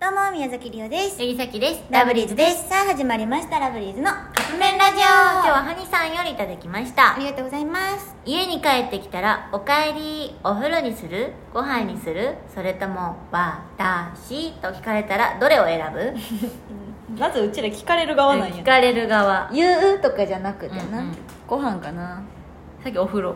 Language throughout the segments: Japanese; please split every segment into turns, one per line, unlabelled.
どうも宮崎りおです
杉崎です
ラブリーズですさあ始まりましたラブリーズの
カップ麺ラジオ今日はハニさんよりいただきました
ありがとうございます
家に帰ってきたら「おかえりお風呂にするご飯にするそれとも私?」と聞かれたらどれを選ぶ
まずうちら聞かれる側なん
聞
や
かれる側
言うとかじゃなくてな、
うんうん
ご飯かな
さっきお風 呂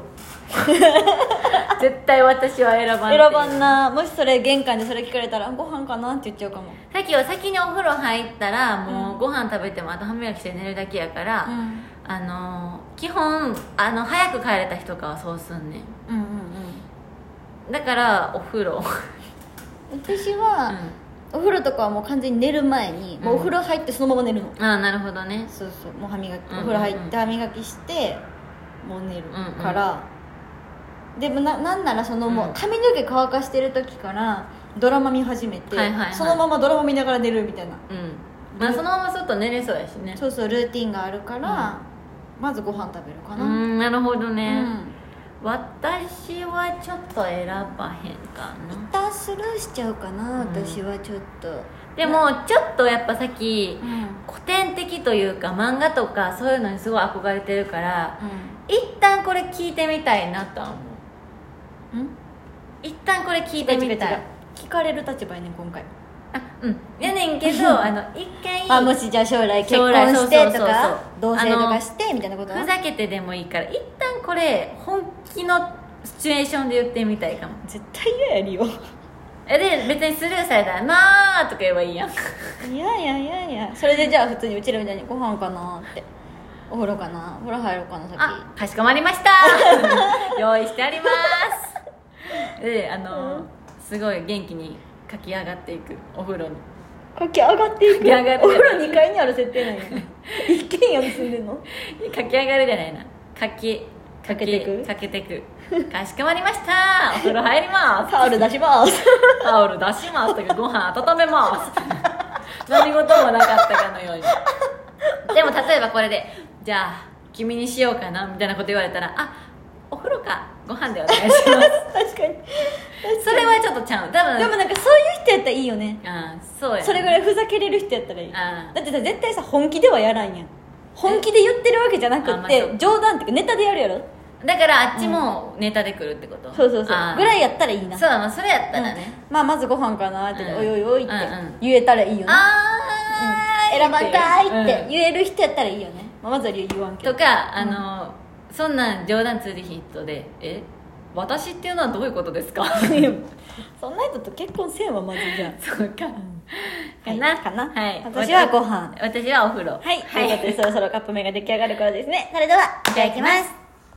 絶対私は選ばんって
選
いう
ばんなもしそれ玄関でそれ聞かれたらご飯かなって言っちゃうかも
さっきは先にお風呂入ったらもううんご飯食べてもあと歯磨きして寝るだけやから、
ん
あのー基本あの早く帰れた日とかはそうすんねん
うんうん
だからお風呂、
私
う
は、
ん
お風呂とかはもう完全に寝る前に、もうお風呂入ってそのまま寝るの
ああなるほどね
そうそうもう歯磨き、
うんう
お
ん
風呂入って歯磨きしてもう寝る
うんうん
から、でもななんならそのも
うん
う髪の毛乾かしてる時からドラマ見始めて、
はいはいはい
そのままドラマ見ながら寝るみたいな
うんまあそのままちょっと寝れそうやしね
そうそうルーティンがあるから、まずご飯食べるか
う
な、
んなるほど
う
ね、
ん
私はちょっと選ばへんか
一
な
旦スルーしちゃうかな、
うん
私はちょっと、
でもちょっとやっぱさっき
うん
古典的というか漫画とかそういうのにすごい憧れてるから一旦これ聞いてみたいなとは思う
うん、
一旦これ聞いてみたい
聞かれる立場やねん今回
あうんやねんけ どあの一回
あもしじゃあ将来結
将来
婚して
そう
と
そうそうそう
か同棲とかしてみたいなこと
ふざけてでもいいから一旦これ本気のシチュエーションで言ってみたいかも
絶対嫌やりよ
えで別にスルーされたら「なあ」とか言えばいいやん
いやいやいやいやそれでじゃあ普通にうちらみたいにご飯かなってお風呂かなお風呂入ろうかな
あ
さ
かしこまりま した用意してあり ますであの、すごい元気に駆け上がっていくお風呂に
っき駆け上がっていく
駆け上がって
お風呂2階にある設定なんや 一軒家に住んでんの
駆け上がるじゃないな駆け
駆
駆
けてく
駆けてくかしこまりましたお風呂入ります
タオル出します
タオル出しますとかご飯温めます 何事もなかったかのようにでも例えばこれでじゃあ君にしようかなみたいなこと言われたらあお風呂かご飯でお願いし ま
確かに
すそれはちょっとちゃう多分
でもなんかそういう人やったらいいよね
あそうや
それぐらいふざけれる人やったらいい
あ
だってさ絶対さ本気ではやらんやん本気で言ってるわけじゃな
あま
く
あ
っ
そう
て冗談っていうかネタでやるやろ
だからあっちもネタで来るってこと、
そうそうそうぐ
あー
らいやったらいいな
そうだなそれやったらね、
うんまあまずご飯かなって
うん
おいおいおいって
うんうん
言えたらいいよね
あー
選ばんかいって
うん
言える人やったらいいよねまあまずは理由言わんけ
と
ど
かあの、そんなん冗談通じひん人でえ私っていうのはどういうことで すか
そんな人と結婚せんわまずじゃ
そうか
あ
かな
はいかな
はい
私はご飯
私はお風呂
はいということでそろそろカップ麺が出来上がる頃ですね
それではいただきます